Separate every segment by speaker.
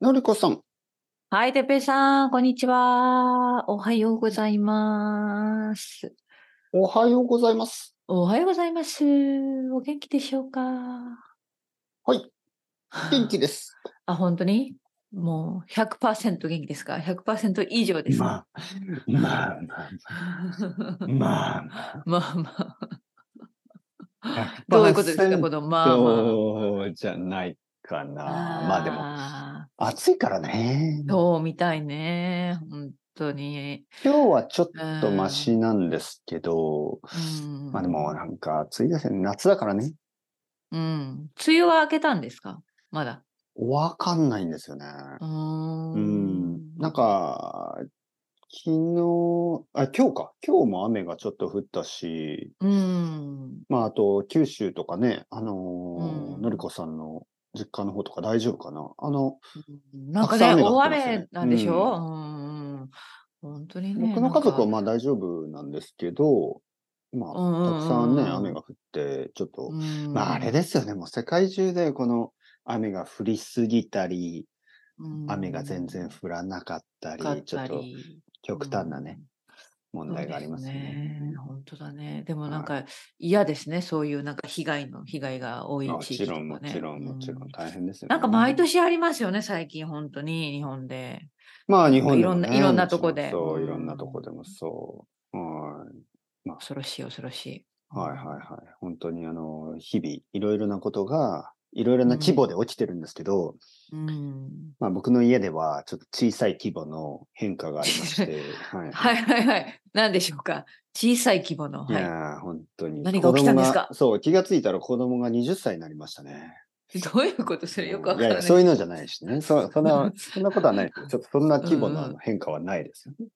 Speaker 1: のりこさん。
Speaker 2: はい、てっぺいさん、こんにちは。おはようございます。
Speaker 1: おはようございます。
Speaker 2: おはようございます。お元気でしょうか
Speaker 1: はい、元気です。
Speaker 2: あ、本当にもう100%元気ですか ?100% 以上ですか、
Speaker 1: まあ、まあ、まあ、まあ、ま
Speaker 2: まあまあ。
Speaker 1: あ。
Speaker 2: どういうことですかこのまあまあ。
Speaker 1: そうじゃないかな。まあでも、
Speaker 2: あ
Speaker 1: 暑いからね
Speaker 2: ー。。そうみたいね。本当に。
Speaker 1: 今日はちょっとマシなんですけど、
Speaker 2: うん
Speaker 1: まあでもなんか暑いですね。夏だからね。
Speaker 2: うん。梅雨は明けたんですかまだ。
Speaker 1: わかんないんですよね。
Speaker 2: うーん
Speaker 1: うん。なん、か、昨日、あ、今日か。今日も雨がちょっと降ったし、
Speaker 2: うん。
Speaker 1: まあ、あと、九州とかね、あのー
Speaker 2: うん
Speaker 1: のりこさんの実家の方とか大丈夫かな。あの、
Speaker 2: なんか
Speaker 1: たく
Speaker 2: ね、
Speaker 1: さん雨が降ってま
Speaker 2: 大
Speaker 1: すね
Speaker 2: 雨なんでしょ、うん、うん本当にね。
Speaker 1: 僕の家族は
Speaker 2: なんか
Speaker 1: まあ大丈夫なんですけど、ま
Speaker 2: うんうんうんう
Speaker 1: あ、
Speaker 2: ん
Speaker 1: たくさんね、雨が降って、ちょっと、
Speaker 2: うん
Speaker 1: まあ、あれですよね、もう世界中でこの雨が降りすぎたり、
Speaker 2: うん
Speaker 1: 雨が全然降らなかったり、
Speaker 2: なかっ
Speaker 1: ちょ
Speaker 2: た
Speaker 1: っと
Speaker 2: り
Speaker 1: 極端なね、問題があります
Speaker 2: そうです
Speaker 1: ね。
Speaker 2: ね。本当だね。でも
Speaker 1: はい
Speaker 2: なんか嫌ですね、そういうなんか被害の被害が多い
Speaker 1: も
Speaker 2: 地
Speaker 1: ち
Speaker 2: 域と
Speaker 1: ろ
Speaker 2: か、
Speaker 1: ん、
Speaker 2: ね。
Speaker 1: もちろん、もちろ、
Speaker 2: うん
Speaker 1: 大変ですよね。
Speaker 2: なんか毎年ありますよね、最近、本当に日本で。
Speaker 1: まあ日本でも、
Speaker 2: いろんな
Speaker 1: ね、
Speaker 2: いろんなとこで
Speaker 1: もちろんそう、
Speaker 2: うん
Speaker 1: いろんなとこでもそう。はい
Speaker 2: 恐ろしい、恐ろしい。
Speaker 1: はいはいはい。本当にあの、日々、いろいろなことが、いろいろな規模で起きてるんですけど、
Speaker 2: うん、
Speaker 1: まあ僕の家ではちょっと小さい規模の変化がありま して、はい。
Speaker 2: はいはいはい。何でしょうか。小さい規模の。
Speaker 1: い
Speaker 2: は
Speaker 1: やー本当に。
Speaker 2: 何が起きたんですか
Speaker 1: 子供がそう、気がついたら子供が20歳になりましたね。
Speaker 2: い、 どういうことそれよくわ
Speaker 1: い
Speaker 2: から
Speaker 1: やい
Speaker 2: ない。
Speaker 1: や、そういうのじゃないし ね。そそんな、そんなことはないです。ちょっとそんな規模のあ
Speaker 2: うんう
Speaker 1: の変化はないですよね。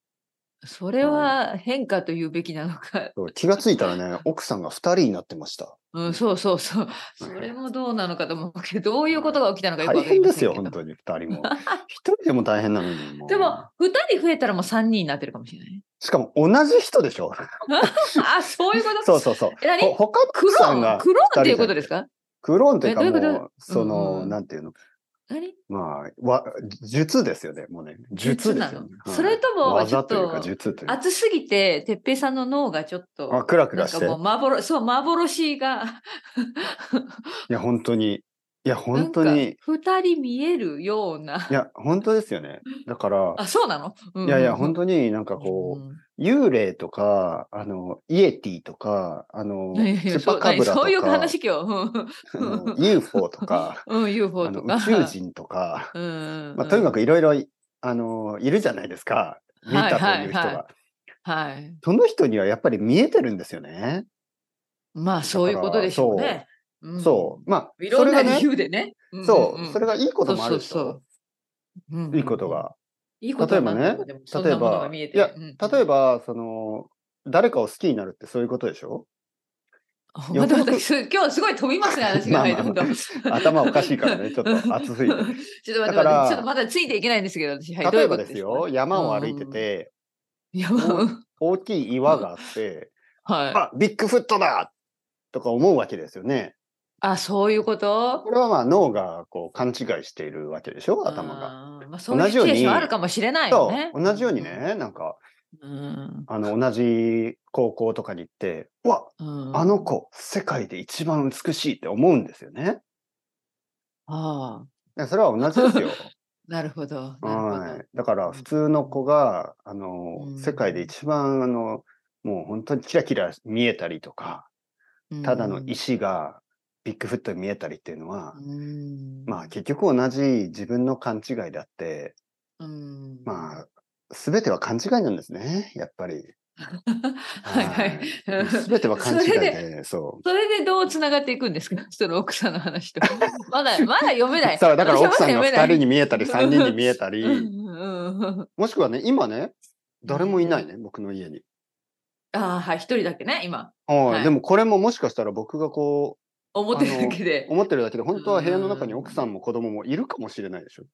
Speaker 2: それは変化というべきなのか、
Speaker 1: そう気がついたらね、奥さんが2人になってました。
Speaker 2: うん、そうそうそう、それもどうなのかと思うけど、どういうことが起きたのかよく
Speaker 1: 大
Speaker 2: わかり
Speaker 1: 変
Speaker 2: ま
Speaker 1: です
Speaker 2: せん
Speaker 1: よ、
Speaker 2: けど
Speaker 1: 本当に、二人 も。一人でも大変なのに。う
Speaker 2: でも、2人増えたらもう3人になってるかもしれない。
Speaker 1: しかも同じ人でしょ。
Speaker 2: あ、そういうこと
Speaker 1: そうそうそう。
Speaker 2: え何
Speaker 1: ほ他の
Speaker 2: ク
Speaker 1: 奥
Speaker 2: ロ
Speaker 1: さ
Speaker 2: ー
Speaker 1: ん
Speaker 2: ン
Speaker 1: が、
Speaker 2: クローンっていうこ
Speaker 1: 二人じゃん
Speaker 2: とですか
Speaker 1: クローンというか
Speaker 2: え
Speaker 1: も
Speaker 2: どう
Speaker 1: う、
Speaker 2: いうこと
Speaker 1: そ
Speaker 2: うん
Speaker 1: の、
Speaker 2: うん
Speaker 1: なんていうの、
Speaker 2: 何
Speaker 1: まあ、わ術ですよね、もうね。術
Speaker 2: 術
Speaker 1: で
Speaker 2: な
Speaker 1: す
Speaker 2: の
Speaker 1: よね。
Speaker 2: それとも
Speaker 1: 技という
Speaker 2: ちょっ
Speaker 1: か、
Speaker 2: と
Speaker 1: 術というか。
Speaker 2: 熱すぎて、てっぺいさんの脳がちょっと、
Speaker 1: あ、クラク
Speaker 2: な
Speaker 1: ラ
Speaker 2: んか
Speaker 1: して。
Speaker 2: もう幻、そう、幻が、
Speaker 1: いや、本当に。いや、本当
Speaker 2: なん
Speaker 1: に。
Speaker 2: か2人見えるような。
Speaker 1: いや、本当ですよね。だから、
Speaker 2: あ、そうなの、うん
Speaker 1: いやいや、本当になんか
Speaker 2: う
Speaker 1: こ
Speaker 2: ん
Speaker 1: う、幽霊とか、あの、イエティとか、あの、
Speaker 2: いやいやいや
Speaker 1: チュパカブラと
Speaker 2: そう何そういう
Speaker 1: か、
Speaker 2: 話今日
Speaker 1: あの UFO とか、
Speaker 2: うん、うん、UFO
Speaker 1: あの
Speaker 2: とか。
Speaker 1: 宇宙人とか、
Speaker 2: うんうんうん
Speaker 1: まあ、とにかくいろいろい、あのいるじゃないですか見
Speaker 2: はい
Speaker 1: たという人が、
Speaker 2: はいはいはい。
Speaker 1: その人にはやっぱり見えてるんですよね、
Speaker 2: まあ、そういうことでしょうね。うん
Speaker 1: そうまあ
Speaker 2: い
Speaker 1: そ
Speaker 2: ろん
Speaker 1: れが
Speaker 2: な理
Speaker 1: ね
Speaker 2: 由でね。
Speaker 1: そう、それ
Speaker 2: が
Speaker 1: がいいこともあるでしょ
Speaker 2: そうそう
Speaker 1: いいこと。が
Speaker 2: いいことは何だろうでもそん
Speaker 1: 例え
Speaker 2: なもの
Speaker 1: ば
Speaker 2: が見え
Speaker 1: い
Speaker 2: て
Speaker 1: や
Speaker 2: るうん
Speaker 1: 例えばその誰かを好きになるってそういうことでしょ
Speaker 2: あ また私す今日すごい飛び ますね、話が。
Speaker 1: まあ
Speaker 2: はい
Speaker 1: まあ
Speaker 2: どんどん
Speaker 1: 頭おかしいからねちょっと熱い
Speaker 2: ちょっと待って
Speaker 1: だ
Speaker 2: 待
Speaker 1: か
Speaker 2: って
Speaker 1: ら
Speaker 2: ちょっとまだついていけないんですけど、私。はい
Speaker 1: 例えばです。
Speaker 2: ど
Speaker 1: よ山を歩いてて
Speaker 2: ういうことですかいや、ま
Speaker 1: 大きい岩があって、
Speaker 2: あはい。
Speaker 1: あビッグフットだとか思うわけですよね
Speaker 2: あ、そういうこと
Speaker 1: これはまあ脳がこう勘違いしているわけでしょ頭が。
Speaker 2: が。まあ、そういうシチュエーションあるかもしれないよね。
Speaker 1: そう同じようにねなんか
Speaker 2: うん。
Speaker 1: あの同じ高校とかに行ってうわ
Speaker 2: うん。
Speaker 1: あの子世界で一番美しいって思うんですよね。
Speaker 2: ああ、
Speaker 1: いやそれは同じですよ。
Speaker 2: なるほど。 なるほど
Speaker 1: はい。だから普通の子があの
Speaker 2: うん
Speaker 1: 世界で一番あのもう本当にキラキラ見えたりとかただの石がビッグフットに見えたりっていうのは
Speaker 2: うん。
Speaker 1: まあ結局同じ自分の勘違いであって
Speaker 2: あ、うん、
Speaker 1: まあ、すべては勘違いなんですね、やっぱり。
Speaker 2: はいはい。
Speaker 1: すべては勘違い
Speaker 2: そ
Speaker 1: で、
Speaker 2: れで
Speaker 1: そ
Speaker 2: それでどうつながっていくんですか その奥さんの話と。 まだ、まだ読めな
Speaker 1: う。
Speaker 2: い。
Speaker 1: さあ、だから奥さんが
Speaker 2: 私はま
Speaker 1: 2
Speaker 2: だ読め
Speaker 1: 人に見えた り、3人に見えた
Speaker 2: ない
Speaker 1: り、
Speaker 2: うんうんうん
Speaker 1: もしくはね、今ね、誰もいないね、僕の家に。
Speaker 2: ああ、はい、一人だけね、今。
Speaker 1: は
Speaker 2: はい
Speaker 1: い、でもこれももしかしたら僕がこ
Speaker 2: 思ってるだけ
Speaker 1: う、
Speaker 2: で。
Speaker 1: 思ってるだけで、本当は部屋の中に
Speaker 2: うん
Speaker 1: 奥さんも子供もいるかもしれないでしょ。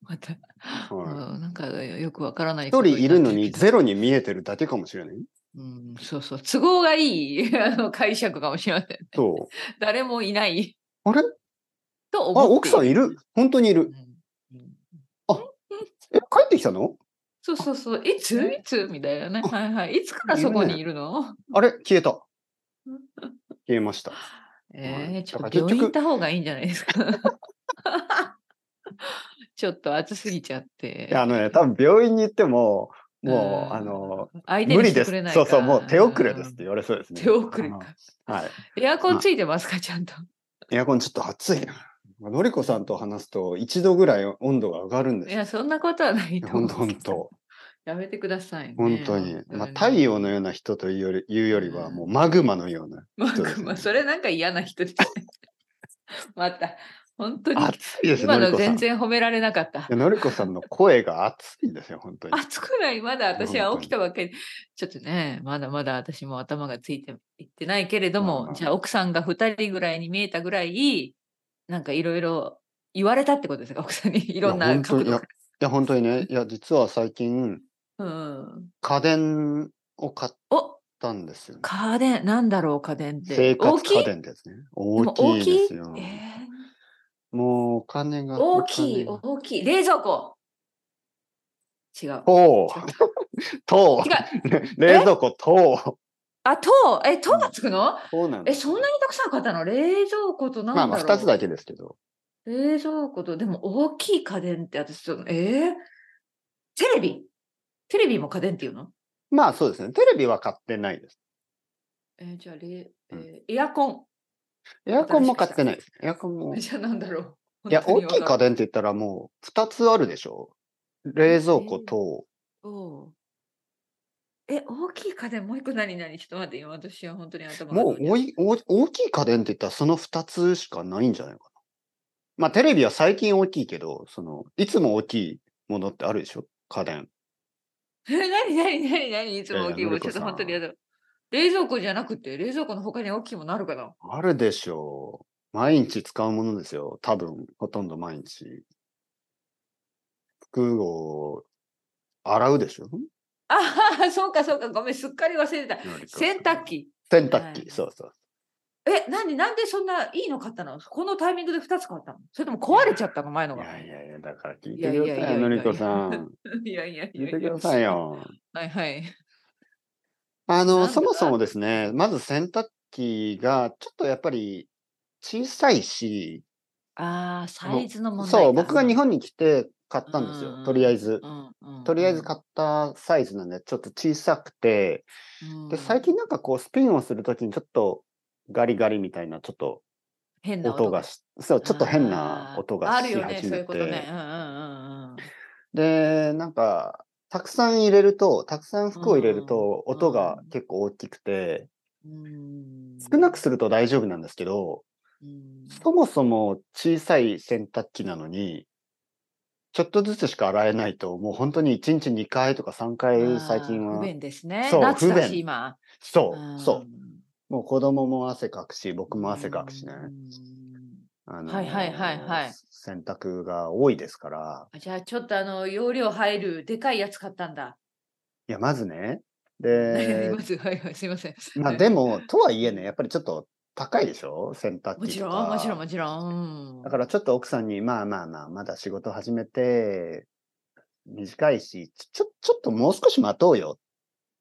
Speaker 2: また、
Speaker 1: は
Speaker 2: うんなんかよくわからない
Speaker 1: い、
Speaker 2: こと
Speaker 1: 1人
Speaker 2: になって
Speaker 1: い
Speaker 2: けど。
Speaker 1: るのにゼロに見えてるだけかもしれない。
Speaker 2: うん、そうそう。都合がいい あの解釈かもしれません。
Speaker 1: そう。
Speaker 2: 誰もいない
Speaker 1: あれあ、
Speaker 2: と思っている。
Speaker 1: 奥さんいる本当にいる。
Speaker 2: うんうん
Speaker 1: え、帰ってきたの
Speaker 2: そうそうそう。いつ
Speaker 1: ね
Speaker 2: いつみたいなね。はいはい。いつから
Speaker 1: いる
Speaker 2: そ
Speaker 1: ね
Speaker 2: こにいるの
Speaker 1: あれ消え た。消えました。
Speaker 2: えー、ちょ
Speaker 1: だから
Speaker 2: っと
Speaker 1: 結
Speaker 2: 病院
Speaker 1: 局
Speaker 2: 行った方がいいんじゃないです か。ちょっと暑すぎちゃって。
Speaker 1: いや、あのね、多分病院に行っても、もう、
Speaker 2: ん
Speaker 1: あの、、
Speaker 2: 相手
Speaker 1: 無
Speaker 2: に
Speaker 1: 理
Speaker 2: して
Speaker 1: で
Speaker 2: くれ
Speaker 1: す。
Speaker 2: ない
Speaker 1: そ
Speaker 2: か
Speaker 1: うそう、もう手遅れですっ
Speaker 2: ん
Speaker 1: て言われそうですね。
Speaker 2: 手遅れか。
Speaker 1: あの。はい。
Speaker 2: エアコンついてますか、ちゃんと。
Speaker 1: エアコンちょっと暑いな。のりこさんと話すと、1度ぐらい温度が上がるん
Speaker 2: い
Speaker 1: ですよ
Speaker 2: や、そんなことはないと思
Speaker 1: ほ
Speaker 2: うん
Speaker 1: とほん
Speaker 2: ですけど
Speaker 1: と、
Speaker 2: やめてください、ね。
Speaker 1: 本当に。まあ、太陽のような人というよりいうよりは、
Speaker 2: うん
Speaker 1: もうマグマのよう な。
Speaker 2: マ
Speaker 1: 人です
Speaker 2: グ
Speaker 1: ね
Speaker 2: マ、それなんか嫌な人ですね。また、本当に。
Speaker 1: 暑いですよ、
Speaker 2: 今
Speaker 1: のり
Speaker 2: の
Speaker 1: こさん
Speaker 2: 全。然褒められなかった
Speaker 1: いや。のりこさんの声が熱いんですよ、本当に。
Speaker 2: 暑くないまだ私
Speaker 1: 本当
Speaker 2: は
Speaker 1: に
Speaker 2: 起きたわけちょっとねまだまだ私も頭がついていってないけれど
Speaker 1: まあ
Speaker 2: も、
Speaker 1: まあ
Speaker 2: じゃあ奥さんが2人ぐらいに見えたぐらいなんかいろいろ言われたってことですか奥さんにいろん
Speaker 1: いや
Speaker 2: な
Speaker 1: 本当
Speaker 2: 角
Speaker 1: に
Speaker 2: 度か
Speaker 1: いや、本当にね、いや、実は最近、
Speaker 2: ら、うん、
Speaker 1: 家電を買っ
Speaker 2: お
Speaker 1: たんですよ、ね。
Speaker 2: 家電なんだろう家電って
Speaker 1: 生
Speaker 2: 大
Speaker 1: 活
Speaker 2: きい
Speaker 1: 家電ですね。大きいですよ。
Speaker 2: え
Speaker 1: もうお金が。
Speaker 2: ー大きい
Speaker 1: お金が
Speaker 2: 大きい冷蔵庫違う
Speaker 1: とう。と
Speaker 2: 違う
Speaker 1: う。ね 冷蔵庫と
Speaker 2: あとえとがつくの、
Speaker 1: う。そうなんで
Speaker 2: え
Speaker 1: す
Speaker 2: そんなにたくさん買ったの冷蔵庫とな
Speaker 1: ま
Speaker 2: んだ
Speaker 1: あ
Speaker 2: ろう、
Speaker 1: まあ、2つだけですけど。
Speaker 2: 冷蔵庫と、でも大きい家電って私ちょっと、えー、テレビテレビも家電っていうの
Speaker 1: まあそうですね。テレビは買ってないです。
Speaker 2: えー、じゃあ、れ
Speaker 1: うん
Speaker 2: えーエアコ
Speaker 1: エアコンも買ってないです。エアコンも。
Speaker 2: ン。
Speaker 1: い
Speaker 2: じゃあなんだろう。
Speaker 1: や、大
Speaker 2: 本当
Speaker 1: き
Speaker 2: に
Speaker 1: い
Speaker 2: わか
Speaker 1: 家
Speaker 2: んない。
Speaker 1: 電って言ったらもう2つあるでしょ。冷蔵庫と、
Speaker 2: おうえ、大きい家電、もう一個何何ちょっと待って、今私は本当に頭が
Speaker 1: もうおいお大きい家電って言ったらその2つしかないんじゃないかな。まあテレビは最近大きいけど、その、いつも大きいものってあるでしょ家電。
Speaker 2: え、何何何何いつも大きい
Speaker 1: いやいやの
Speaker 2: も
Speaker 1: り
Speaker 2: ん。ち
Speaker 1: こ
Speaker 2: ょっ
Speaker 1: さ
Speaker 2: と
Speaker 1: ん
Speaker 2: 本当にやだ。冷蔵庫じゃなくて、冷蔵庫の他に大きいものあるかな
Speaker 1: あるでしょう。毎日使うものですよ。多分、ほとんど毎日。服を洗うでしょ
Speaker 2: ああ、そうかそうか、ごめん、すっかり忘れてた。洗濯
Speaker 1: 機。
Speaker 2: 機。
Speaker 1: 洗濯
Speaker 2: はい
Speaker 1: 機、そうそう。
Speaker 2: え、なんで、なんでそんないいの買ったのこのタイミングで2つ買ったのそれとも壊れちゃったの前の
Speaker 1: い
Speaker 2: が。
Speaker 1: やいやいや、だから聞い
Speaker 2: い
Speaker 1: て
Speaker 2: やい
Speaker 1: く
Speaker 2: や
Speaker 1: だ
Speaker 2: いや
Speaker 1: さ
Speaker 2: いや
Speaker 1: いよ、のりこさん。
Speaker 2: いやいやい
Speaker 1: 聞い
Speaker 2: や
Speaker 1: て
Speaker 2: い
Speaker 1: く
Speaker 2: や
Speaker 1: ださい。よ。
Speaker 2: はいはい。
Speaker 1: あ
Speaker 2: な
Speaker 1: の、
Speaker 2: んだ
Speaker 1: そもそもですね、まず洗濯機がちょっとやっぱり小さいし、
Speaker 2: ああ、サイズの問題か。
Speaker 1: そう、僕が日本に来て買ったんです
Speaker 2: うんう
Speaker 1: よ。
Speaker 2: ん
Speaker 1: とりあえず。
Speaker 2: うんうんうん
Speaker 1: とりあえず買ったサイズなんで、ちょっと小さくて、
Speaker 2: うん
Speaker 1: で、最近なんかこう、スピンをするときにちょっとガリガリみたいな、ちょっと
Speaker 2: 変な
Speaker 1: 音がし、そう、ちょっと変な
Speaker 2: あー
Speaker 1: 音が
Speaker 2: ある
Speaker 1: し
Speaker 2: よね、
Speaker 1: 始
Speaker 2: そうい
Speaker 1: め
Speaker 2: うことね。
Speaker 1: て
Speaker 2: う。んうんうんうん。
Speaker 1: で、なんか、たくさん入れると、たくさん服を入れると、
Speaker 2: うん
Speaker 1: 音が
Speaker 2: うん
Speaker 1: 結構大きくて、
Speaker 2: うん
Speaker 1: 少なくすると大丈夫なんですけど、
Speaker 2: うん
Speaker 1: そもそも小さい洗濯機なのに、ちょっとずつしか洗えないと、もう本当に1日2回とか3回最近
Speaker 2: あー不
Speaker 1: は、
Speaker 2: 便ですね。
Speaker 1: そう
Speaker 2: 夏だ
Speaker 1: 不
Speaker 2: し、
Speaker 1: 便
Speaker 2: 今。
Speaker 1: そう、そうう、
Speaker 2: ん。
Speaker 1: もう子供も汗かくし、僕も汗かくしね、
Speaker 2: うん
Speaker 1: あのー
Speaker 2: はいはいはいはい
Speaker 1: 洗濯が多いですから、
Speaker 2: あじゃあちょっとあの容量入るでかいやつ買ったんだ。
Speaker 1: いや、まずね、で
Speaker 2: え ー、、まずはいはいすいません。
Speaker 1: まあでも、とはいえね、やっぱりちょっと高いでしょ洗濯機とか。
Speaker 2: もちろんもちろんもちろん。
Speaker 1: だからちょっと奥さんに、まあまあまあ、まだ仕事始めて、短いし、ちょ、ちょっともう少し待とうよっ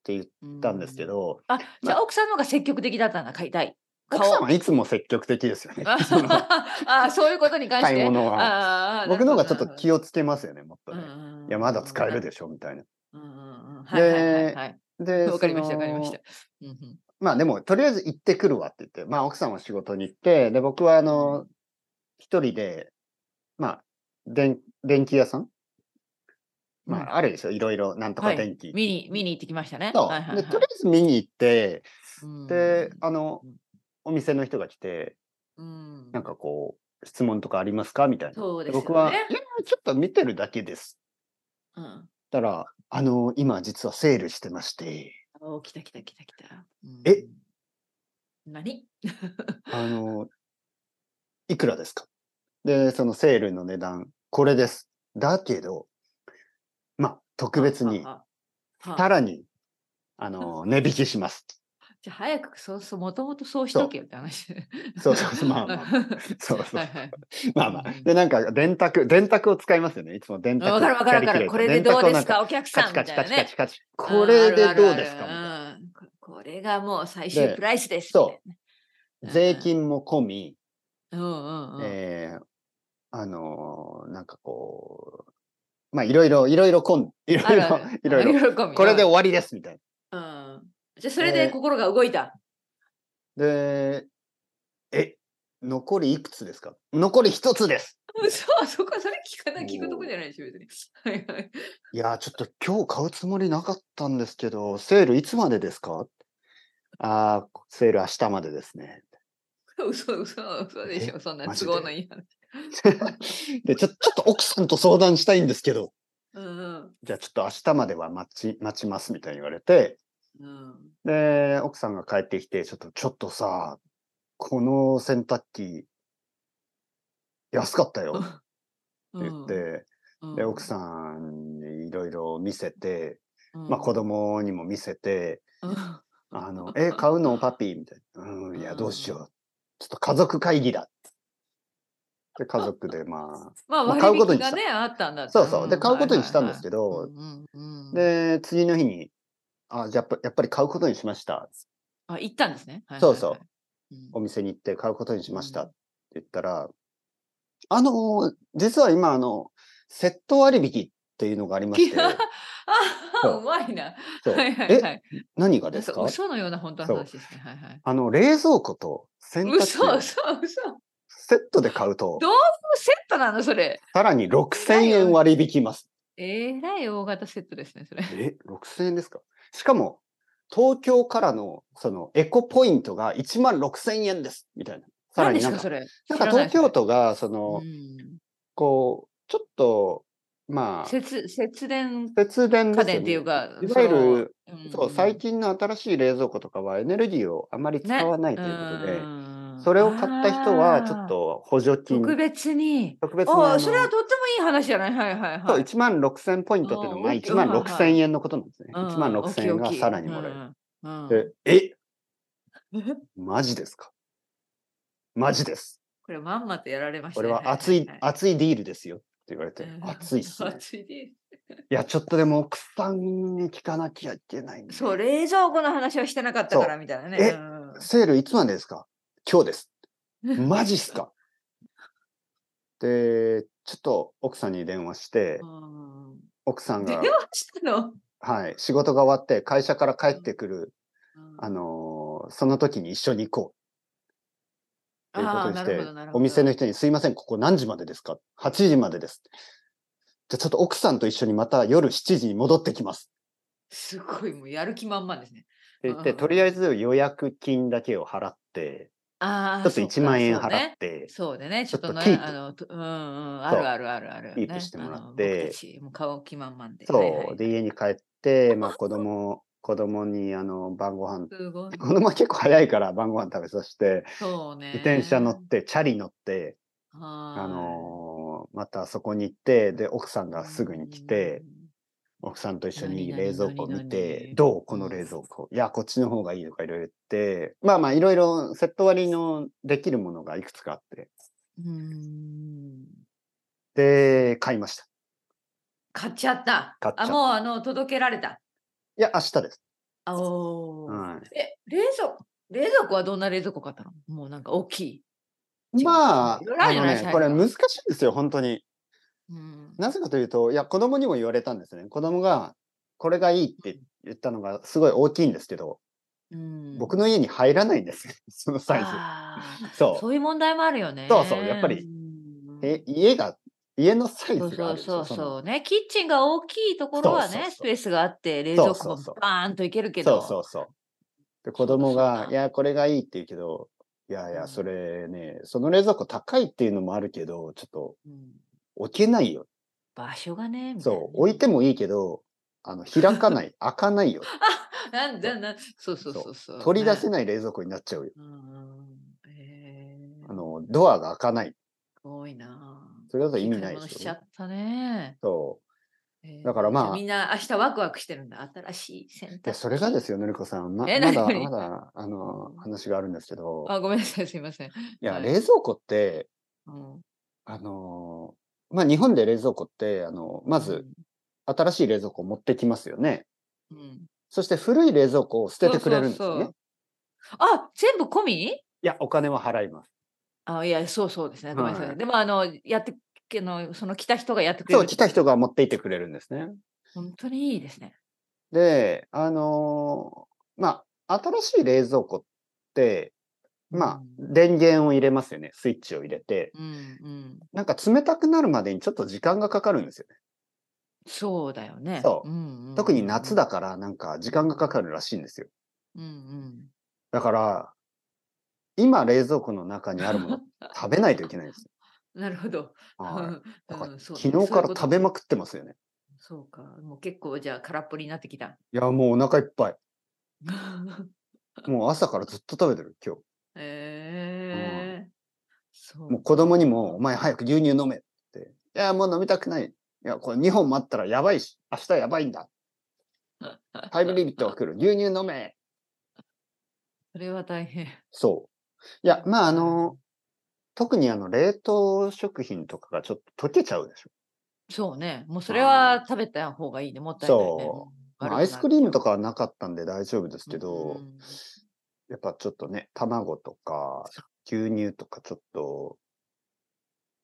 Speaker 1: て言っ
Speaker 2: ら
Speaker 1: たんですけ。ど、
Speaker 2: あじゃあ奥さんの方が積極的だったんだ買いたい。買お
Speaker 1: 奥
Speaker 2: う
Speaker 1: さんはいつも積極的ですよね。 その
Speaker 2: あ あそういうことに関して。
Speaker 1: 買い物は。
Speaker 2: あー
Speaker 1: 僕の方がちょっと気
Speaker 2: を。
Speaker 1: をつけますよね、もっとね。いや、まだ使える
Speaker 2: で。
Speaker 1: でしょ、みたいな。
Speaker 2: うんうんうんはいはいはいはい。
Speaker 1: で、
Speaker 2: わかりましたわかりまし
Speaker 1: そ
Speaker 2: た
Speaker 1: の。。
Speaker 2: うんうん
Speaker 1: まあでも、とりあえず行ってくるわって言って、まあ奥さんは仕事に行って、で、僕はあ
Speaker 2: う
Speaker 1: の、一人で、まあ、電、電気屋さんま
Speaker 2: うん
Speaker 1: あ、あるでしょ、いろいろ、なんとか
Speaker 2: はい
Speaker 1: 電気。
Speaker 2: 見に見に行ってきましたね。
Speaker 1: そう、
Speaker 2: はいはい
Speaker 1: で
Speaker 2: はい
Speaker 1: とりあえず見に行って、
Speaker 2: うん
Speaker 1: で、あの
Speaker 2: うん、
Speaker 1: お店の人が来て、
Speaker 2: うん
Speaker 1: なんかこう、質問とかありますかみたいな。
Speaker 2: そうですよね
Speaker 1: 僕は、いや、ちょっと見てるだけです。
Speaker 2: うん
Speaker 1: たら、あの、今実はセールしてまして、
Speaker 2: お来た来た来た来た。うん
Speaker 1: え
Speaker 2: 何
Speaker 1: あの、いくらですかで、そのセールの値段、これです。だけど、まあ、特別に、
Speaker 2: はあはあはあ
Speaker 1: さらに、あの、値引きします。
Speaker 2: じゃあ早くそうそう、もともとそうしとけよって話。
Speaker 1: そうそうそうまあま あそうそう
Speaker 2: はいはい
Speaker 1: まあまあ
Speaker 2: う。ん
Speaker 1: で、なんか、電卓、電卓を使いますよね。いつも電卓。
Speaker 2: わかるわかるわか
Speaker 1: 光
Speaker 2: る。
Speaker 1: り
Speaker 2: こ
Speaker 1: 切
Speaker 2: れ
Speaker 1: れ
Speaker 2: で
Speaker 1: た
Speaker 2: どう
Speaker 1: 電卓を
Speaker 2: で
Speaker 1: なん
Speaker 2: す
Speaker 1: か
Speaker 2: かお客さ
Speaker 1: カ
Speaker 2: ん
Speaker 1: チ
Speaker 2: みた
Speaker 1: カ
Speaker 2: い
Speaker 1: チ
Speaker 2: な
Speaker 1: カチカチカ
Speaker 2: ね。
Speaker 1: チ。これでどうですかみたいな
Speaker 2: かこれがもう最
Speaker 1: で
Speaker 2: 終プライスです。
Speaker 1: そう
Speaker 2: みうん
Speaker 1: 税金も込み、
Speaker 2: たいな。うんうんうん。
Speaker 1: えーあのーなんかこう、まあ、いろいろ、いろいろ込ん、いろ
Speaker 2: あ
Speaker 1: い
Speaker 2: る
Speaker 1: ろ
Speaker 2: ある、
Speaker 1: いろいろ、
Speaker 2: ろ。込み
Speaker 1: これで
Speaker 2: うん
Speaker 1: 終わりですみたいな。
Speaker 2: じゃあそれで心が動いた。
Speaker 1: で、え、残りいくつですか残り一つです。
Speaker 2: そう、そこ、それ聞かない、聞くとこじゃないでしょ、別に。はいはい。
Speaker 1: いやー、ちょっと今日買うつもりなかったんですけど、セールいつまでですかああ、セール明日までですね。
Speaker 2: 嘘、嘘、嘘でしょ、そんな
Speaker 1: マジ
Speaker 2: 都
Speaker 1: で
Speaker 2: 合のいい話。
Speaker 1: で、ちょ、ちょっと奥さんと相談したいんですけど、
Speaker 2: うん
Speaker 1: じゃあちょっと明日までは待ち、待ちますみたいに言われて、
Speaker 2: うん。うん。
Speaker 1: で、奥さんが帰ってきて、ちょっと、ちょっとさ、この洗濯機、安かったよって言って、で、奥さんにいろいろ見せて、
Speaker 2: ん
Speaker 1: まあ子供にも見せて、
Speaker 2: うん
Speaker 1: あの、え、買うのパピーみたいな。うん、いや、どうしよう。ちょっと家族会議だ。で、家族でま
Speaker 2: まあ、
Speaker 1: まあ
Speaker 2: 割
Speaker 1: 買うこと
Speaker 2: 引
Speaker 1: にし
Speaker 2: が
Speaker 1: た
Speaker 2: ね、あったんだ
Speaker 1: あ、そうそう。で、買うことにしたんです
Speaker 2: ど。
Speaker 1: けど、
Speaker 2: うんうんうん
Speaker 1: で、次の日に、あ、じゃあやっぱやっぱり買うことにしました。
Speaker 2: あ、行ったんですね。はい
Speaker 1: そうそう
Speaker 2: はいはいうん
Speaker 1: お店に行って買うことにしました
Speaker 2: うん
Speaker 1: って言ったら、あの、実は今、あの、セット割引っていうのがありま して、
Speaker 2: あ
Speaker 1: そう
Speaker 2: うまいな。
Speaker 1: そう
Speaker 2: はいはいはい。
Speaker 1: 何がです
Speaker 2: 嘘
Speaker 1: か
Speaker 2: 嘘のような本当の話ですね。はいはい。
Speaker 1: あの、冷蔵庫と洗濯機
Speaker 2: 嘘
Speaker 1: を
Speaker 2: 嘘嘘。もう
Speaker 1: セットで買うと
Speaker 2: ど、セットなのそれ。
Speaker 1: さらに6000円割引きます。
Speaker 2: えらい大型セットですねそれ。
Speaker 1: え、6000円ですかしかも、東京からの、その、エコポイントが1万6000円ですみたいな。さら
Speaker 2: 何
Speaker 1: に
Speaker 2: で
Speaker 1: な
Speaker 2: す
Speaker 1: んか、
Speaker 2: かそれ。
Speaker 1: なんか
Speaker 2: 知らない
Speaker 1: 東京。都が、その
Speaker 2: う、ん
Speaker 1: こう、ちょっと、まあ、
Speaker 2: 節節電
Speaker 1: 節電で
Speaker 2: 家
Speaker 1: すよ
Speaker 2: 電っていう
Speaker 1: ね。
Speaker 2: か。
Speaker 1: いわゆる、
Speaker 2: その
Speaker 1: そう、最。近の新しい冷蔵庫とかはエネルギーをあまり使
Speaker 2: ね
Speaker 1: わないと
Speaker 2: ん
Speaker 1: いうことで、
Speaker 2: ん
Speaker 1: それを買った人は、ちょっ
Speaker 2: あー
Speaker 1: と補助金、
Speaker 2: 特別に。
Speaker 1: 特別
Speaker 2: あ
Speaker 1: な
Speaker 2: あ、それはとってもいい話じゃない。はいはいはい。
Speaker 1: 1万6000ポイントっていうのが
Speaker 2: あー大きい
Speaker 1: 1万
Speaker 2: はいはい
Speaker 1: 6000円のことなんですね。
Speaker 2: うん
Speaker 1: 1万6000円がさらにもらえる。。
Speaker 2: 大きい大きいうん
Speaker 1: でえ
Speaker 2: うんえ
Speaker 1: マジですかマジです。
Speaker 2: これまんまとやられました
Speaker 1: こ
Speaker 2: ね。
Speaker 1: れは熱い、
Speaker 2: は
Speaker 1: 熱いディールですよって言われて
Speaker 2: う、ん
Speaker 1: 熱いっすね。
Speaker 2: 熱いで
Speaker 1: いや、ちょっとでも奥さんに聞かなきゃいけないんで。
Speaker 2: す。そう、冷蔵庫の話はしてなかったか
Speaker 1: そ
Speaker 2: らみたいなね。
Speaker 1: え
Speaker 2: うん
Speaker 1: セールいつまでですか今日です。
Speaker 2: うん
Speaker 1: マジっす かで、ちょっと奥さんに電話して、奥さん
Speaker 2: 電
Speaker 1: が、
Speaker 2: 話したの
Speaker 1: はい、仕事が終わって会社から帰ってくる、あ
Speaker 2: の、
Speaker 1: のーその時に一緒に行こうっていうこと
Speaker 2: ああ
Speaker 1: に
Speaker 2: な
Speaker 1: し
Speaker 2: る
Speaker 1: て
Speaker 2: ほどなる、ほ
Speaker 1: お
Speaker 2: ど
Speaker 1: 店の人にすいません、ここ何時までですか ?8 時までです。じゃあちょっと奥さんと一緒にまた夜7時に戻ってきます。
Speaker 2: すごい、もうやる気満々ですね。
Speaker 1: って言って、
Speaker 2: うんうん
Speaker 1: とりあえず予約金だけを払って、ち
Speaker 2: ああ、
Speaker 1: ょっと
Speaker 2: そうか
Speaker 1: 1万円
Speaker 2: そう
Speaker 1: 払
Speaker 2: ね
Speaker 1: って、
Speaker 2: そうでね、ちょっとね、
Speaker 1: ちょっとキープ
Speaker 2: あの、とうんうん、あ
Speaker 1: そう
Speaker 2: るあるあるある、ね。
Speaker 1: キープしてもらって
Speaker 2: あの僕たちもう顔気満々で。
Speaker 1: そう、
Speaker 2: はいはい
Speaker 1: で家に帰って、まあ、子供子供にあの晩ご飯
Speaker 2: すごい。
Speaker 1: 子供は結構早いから晩ご飯食べさせて、
Speaker 2: そうね。
Speaker 1: 自転車乗ってチャリ乗って、
Speaker 2: はい、
Speaker 1: あのーまたそこに行ってで奥さんがすぐに来て、奥さんと一緒に
Speaker 2: 何々
Speaker 1: 冷蔵庫を見
Speaker 2: 何
Speaker 1: て
Speaker 2: 々
Speaker 1: 「どうこの冷蔵庫」いやこっちの方がいい」とかいろいろ言ってまあまあいろいろセット割りのできるものがいくつかあって
Speaker 2: うん、うん。
Speaker 1: で買いました
Speaker 2: 買っちゃった。
Speaker 1: 買っちゃった
Speaker 2: あ、もうあの、届けられた。
Speaker 1: いや明日です、
Speaker 2: あおー
Speaker 1: は
Speaker 2: え、冷蔵庫冷蔵庫はどんな冷蔵庫買ったのもうなんか大きい。
Speaker 1: い、まあ
Speaker 2: 違う
Speaker 1: あ
Speaker 2: 違う
Speaker 1: の
Speaker 2: サイズ
Speaker 1: ね
Speaker 2: が
Speaker 1: これ難しいんですよ本当に
Speaker 2: うん、
Speaker 1: なぜかというと、いや、子供にも言われたんですね。子供が、これがいいって言ったのがすごい大きいんですけど、
Speaker 2: うん
Speaker 1: 僕の家に入らないんですよ そのサイ
Speaker 2: あ
Speaker 1: ズ。
Speaker 2: ー
Speaker 1: そ
Speaker 2: そういう問題もあるよね。
Speaker 1: そうそうやっぱり
Speaker 2: う
Speaker 1: う。
Speaker 2: ん
Speaker 1: え、家が、家のサイ
Speaker 2: そ
Speaker 1: ズ
Speaker 2: う
Speaker 1: がある
Speaker 2: そう
Speaker 1: でしょ
Speaker 2: そうそうね。キッチンが大きいところは
Speaker 1: そうそうそう
Speaker 2: ね、スペースがあって、冷蔵庫
Speaker 1: そうそうそ
Speaker 2: も
Speaker 1: う
Speaker 2: バーンといけるけ
Speaker 1: そ
Speaker 2: ど。
Speaker 1: のそうそうそう。で、子供
Speaker 2: そう
Speaker 1: が
Speaker 2: だ、
Speaker 1: いや、これがいいって言うけど、いやいうや、
Speaker 2: ん
Speaker 1: それね、その冷蔵庫高いっていうのもあるけど、ちょっと
Speaker 2: うん
Speaker 1: 置けないよ。
Speaker 2: 場所がね、みたいなね
Speaker 1: そう、置いてもいいけど、あの、開か ない、開かないよ。
Speaker 2: なんだなん そうそうそうそう。
Speaker 1: 取り出せ
Speaker 2: ね
Speaker 1: ない冷蔵庫になっちゃうよ。
Speaker 2: うんえー
Speaker 1: あの、ドアが開かない。
Speaker 2: すごいなぁ。
Speaker 1: それだと意味ない
Speaker 2: 買物
Speaker 1: で
Speaker 2: し
Speaker 1: す
Speaker 2: ちゃ
Speaker 1: よ
Speaker 2: っ。たね。
Speaker 1: そう。
Speaker 2: えー
Speaker 1: だからまあ
Speaker 2: じゃみんな明日ワクワクしてるんだ。新しい洗
Speaker 1: で
Speaker 2: 濯。
Speaker 1: それがですよ、のりこさん。ま
Speaker 2: え
Speaker 1: まだ、
Speaker 2: 何
Speaker 1: まだ、あの、話があるんですけど、
Speaker 2: あ、ごめんなさい、すいません。
Speaker 1: いや、
Speaker 2: はい
Speaker 1: 冷蔵庫って、
Speaker 2: うん、
Speaker 1: あのー、まあ、日本で冷蔵庫って、あの、まず、新しい冷蔵庫を持ってきますよね。
Speaker 2: うん、うん、
Speaker 1: そして古い冷蔵庫を捨ててくれるんですよね。
Speaker 2: そうそうそうあ、全部込み
Speaker 1: いや、お金は払います。
Speaker 2: あいや、そうそうですね。ごめんなさい。
Speaker 1: はい
Speaker 2: でも、あの、やって、あのその来た人がやってくれる。
Speaker 1: そう、来た。人が持っていてくれるんですね。
Speaker 2: 本当にいいですね。
Speaker 1: で、あのーまあ、新しい冷蔵庫って、まあ、電源を入れますよね。スイッチを入れて。
Speaker 2: うん、うん、
Speaker 1: なんか冷たくなるまでにちょっと時間がかかるんですよね。
Speaker 2: そうだよね。
Speaker 1: そう
Speaker 2: うんうん
Speaker 1: 特に夏だ。からなんか時間がかかるらしいんですよ。
Speaker 2: うん、うん。
Speaker 1: だから、今冷蔵庫の中にあるも の食べないといけないんですよ。
Speaker 2: なるほど。
Speaker 1: はい
Speaker 2: うん
Speaker 1: だから
Speaker 2: うんそう
Speaker 1: 昨日から
Speaker 2: そういうこと
Speaker 1: 食べまくってますよね。
Speaker 2: そうか。もう結構じゃあ空っぽになってきた。
Speaker 1: いや、もうお腹いっぱい。もう朝からずっと食べてる、今日。
Speaker 2: ええそう。
Speaker 1: もう子供にも、お前早く牛乳飲めって。いや、もう飲みたくない。いや、これ2本待ったらやばいし、明日やばいんだ。タイムリミットが来る。牛乳飲め。
Speaker 2: それは大変。
Speaker 1: そう。いや、まあ、あの、特にあの、冷凍食品とかがちょっと溶けちゃうでしょ。
Speaker 2: そうね。もうそれは食べた方がいいね。もったいないね。
Speaker 1: そ
Speaker 2: うん
Speaker 1: まあアイスクリームと
Speaker 2: か
Speaker 1: かはなかったんで大丈夫ですけど、やっぱちょっとね、卵とか牛乳とかちょっと、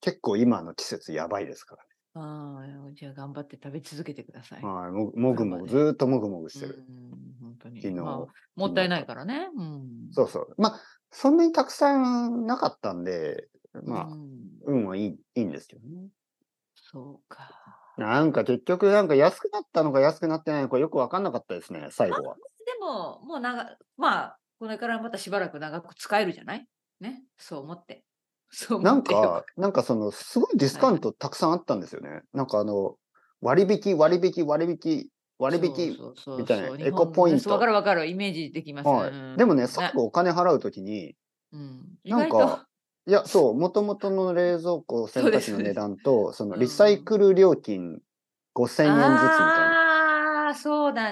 Speaker 1: 結構今の季節やばいですからね。
Speaker 2: ああ、じゃあ頑張って食べ続けてください。
Speaker 1: はい、もぐもぐもぐ、ずーっともぐもぐしてる。
Speaker 2: うん本当に
Speaker 1: 昨日、
Speaker 2: まあもったいないからね。うん、
Speaker 1: そうそう。まあ、そんなにたくさんなかったんで、ま
Speaker 2: う
Speaker 1: あ、
Speaker 2: ん
Speaker 1: 運はいいいいんですけどね。
Speaker 2: そうか。
Speaker 1: なんか結局、なんか安くなったのか安くなってないのかよくわかんなかったですね、最後 は。
Speaker 2: でも、もう長、まあ、これからまたしばらく長く使えるじゃないね。そう思って。 そう
Speaker 1: な
Speaker 2: 思
Speaker 1: ん
Speaker 2: ってよ
Speaker 1: か、なんかその、すごいディスカウントたくさんあったんですよね。なんかあの、割引、割引、割引、割引。
Speaker 2: そうそうそう
Speaker 1: みたいな
Speaker 2: そう
Speaker 1: エコポイント
Speaker 2: 日本ねわかるわかる。イメージできます。
Speaker 1: はい。でもね、最
Speaker 2: 後、
Speaker 1: 後お金払うときに、
Speaker 2: うん、意
Speaker 1: なん
Speaker 2: 外
Speaker 1: か
Speaker 2: と、
Speaker 1: いや、そう、もともとの冷蔵庫、洗
Speaker 2: そうで
Speaker 1: 濯
Speaker 2: す
Speaker 1: 機の
Speaker 2: そうで
Speaker 1: 値
Speaker 2: す
Speaker 1: 段と、その
Speaker 2: うん
Speaker 1: リサイクル料金5000円ずつみたいな。
Speaker 2: ああー、そうだ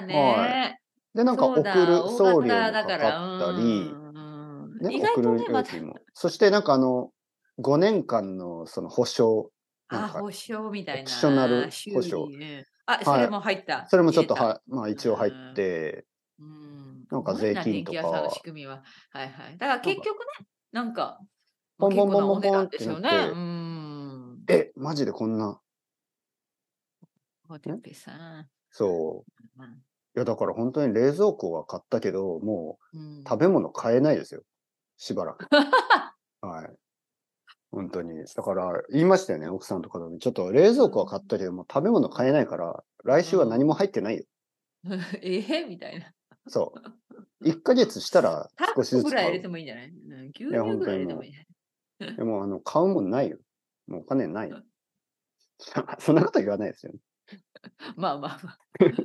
Speaker 1: は
Speaker 2: ね。
Speaker 1: で、なんか
Speaker 2: そ
Speaker 1: 送
Speaker 2: う
Speaker 1: る
Speaker 2: だ
Speaker 1: 送料もか
Speaker 2: 大型だから
Speaker 1: かったり
Speaker 2: う、んうん
Speaker 1: ね、
Speaker 2: 意外
Speaker 1: 送
Speaker 2: と
Speaker 1: る
Speaker 2: ね、
Speaker 1: 料
Speaker 2: また
Speaker 1: 金、も。そしてなんかあの、5年間のその保証、な
Speaker 2: あ、
Speaker 1: んか
Speaker 2: 保証みたいな。
Speaker 1: オプショナル
Speaker 2: 修
Speaker 1: 保
Speaker 2: 理
Speaker 1: 証
Speaker 2: うんあ、それも入った。
Speaker 1: それもちょっと
Speaker 2: 入れた
Speaker 1: は、まあ一応入って、
Speaker 2: うん
Speaker 1: なんか
Speaker 2: すごい
Speaker 1: 税金とか
Speaker 2: 電気屋さんの仕組みは。はいはい。だから結局ね、なんか、
Speaker 1: ボンボンボンボンボン
Speaker 2: 結構なお値段ですよね。
Speaker 1: ってなって
Speaker 2: うん。
Speaker 1: え、マジでこんな、
Speaker 2: おてっぺさん。
Speaker 1: そう。
Speaker 2: うん
Speaker 1: いや、だから本当に冷蔵庫は買ったけど、も
Speaker 2: うん
Speaker 1: う食べ物買えないですよ。しばらく。はい。本当に。だから、言いましたよね、奥さんとかに。ちょっと冷蔵庫は買ったけど、もう食べ物買えないから、来週は何も入ってないよ。
Speaker 2: ええみたいな。
Speaker 1: そう。1ヶ月したら
Speaker 2: タン
Speaker 1: 少
Speaker 2: ク
Speaker 1: しずつ
Speaker 2: ぐらい入
Speaker 1: 買
Speaker 2: れ
Speaker 1: う
Speaker 2: て。もいいんじゃないうん牛乳
Speaker 1: や本当に
Speaker 2: ぐらい入れてもいいんじゃない
Speaker 1: でも、あの、買うもんないよ。もうお金ないよ。 そんなこと言わない ですよね。
Speaker 2: まあまあまあ。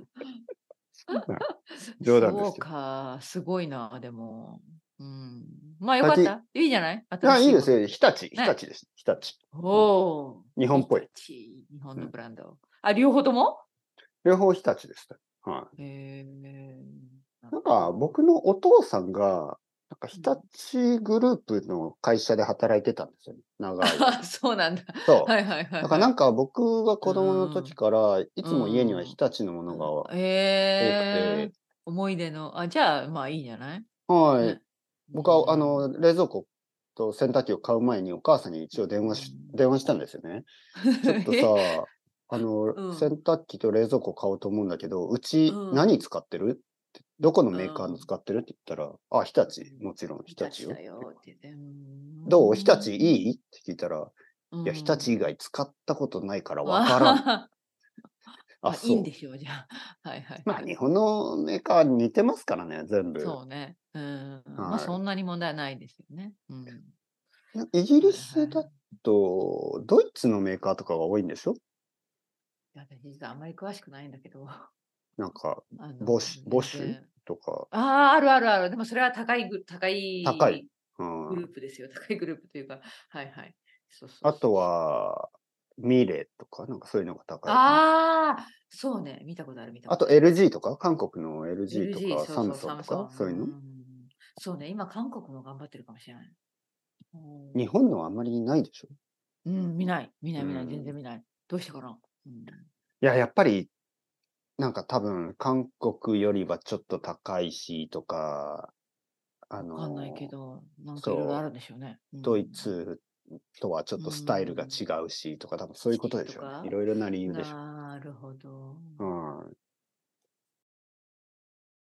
Speaker 1: 冗談です
Speaker 2: そう
Speaker 1: けど
Speaker 2: か、すごいな、でも。うん、まあよかった。いいじゃない
Speaker 1: いや、いいです。
Speaker 2: よ。
Speaker 1: よ。日立、日
Speaker 2: ね
Speaker 1: 立です。日立。
Speaker 2: おー
Speaker 1: 日本っぽい。
Speaker 2: 日立日本のブランド。あ、両方とも
Speaker 1: 両方日立です。はい。
Speaker 2: へー
Speaker 1: なんか僕のお父さんが、なんか日立グループの会社で働いてたんですよね。長 い。
Speaker 2: あそうなんだ。
Speaker 1: そう。
Speaker 2: はいはいはい。
Speaker 1: だからなんか僕が子供の時から、いつも家には日立のものが多くて、
Speaker 2: えー、思い出の。あ、じゃあまあいいんじゃない
Speaker 1: は
Speaker 2: ね
Speaker 1: い。僕は、あ
Speaker 2: うん、
Speaker 1: の、冷蔵庫と洗濯機を買う前にお母さんに一応電話し、電話したんですよね。ち ょっと
Speaker 2: え
Speaker 1: さ、あの、
Speaker 2: うん
Speaker 1: 洗濯機と冷蔵庫買おうと思うんだけど、うち
Speaker 2: うん
Speaker 1: 何使ってるってどこのメーカー
Speaker 2: う
Speaker 1: の
Speaker 2: ん
Speaker 1: 使ってるって言ったら、あ、日立、もちろん日
Speaker 2: 日
Speaker 1: 立
Speaker 2: 立
Speaker 1: よ
Speaker 2: だ。よって言って。
Speaker 1: どう日立
Speaker 2: い
Speaker 1: いいって聞いたら、いや、日立以外使ったことないからわからん。
Speaker 2: ん。
Speaker 1: あ、
Speaker 2: まあ、いい
Speaker 1: そ
Speaker 2: ん
Speaker 1: う
Speaker 2: で。しょう、じゃあ。 はいはい。
Speaker 1: まあ、日本のメーカー似てますからね、全部。
Speaker 2: そうね。うん。ま
Speaker 1: は
Speaker 2: あ、
Speaker 1: い
Speaker 2: そんなに問題はないですよね。うん。
Speaker 1: イギリスだと、ドイツのメーカーとかが多いんでしょ
Speaker 2: いや私、実はあんまり詳しくないんだけど。 あ
Speaker 1: なんか、
Speaker 2: の
Speaker 1: ボシボシ
Speaker 2: 全然
Speaker 1: とか。
Speaker 2: ああ、あるあるある。でも、それは高いグ、高い。
Speaker 1: 高い。う
Speaker 2: グ
Speaker 1: ん、
Speaker 2: ループですよ。高いグループというか。はいはい。そうそうそう
Speaker 1: あと、は、ミレとか、なんかそういうのが高い。
Speaker 2: ああ、そうね。見たことある、見たこ
Speaker 1: あ
Speaker 2: と
Speaker 1: と
Speaker 2: ある。
Speaker 1: LG とか、韓国の LG と
Speaker 2: LG
Speaker 1: か、サムソンとか、そういうの。
Speaker 2: んそうね。今、韓国も頑張ってるかもしれない。うん
Speaker 1: 日本のはあんまりないでしょ
Speaker 2: うん、見ない。見ない、見な
Speaker 1: う
Speaker 2: い。
Speaker 1: ん
Speaker 2: 全然見ない。どうしてかな。うん
Speaker 1: いや、やっぱり、なんか多分、韓国よりはちょっと高いし、とか、あの、
Speaker 2: わかんないけど、なんかいろいろあるんでしょうね。うん
Speaker 1: ドイツとはちょっとスタイルが違うし、とか、多分そういうことでしょう
Speaker 2: うん
Speaker 1: ね。いろいろな理由でしょ
Speaker 2: なるほど。
Speaker 1: う。う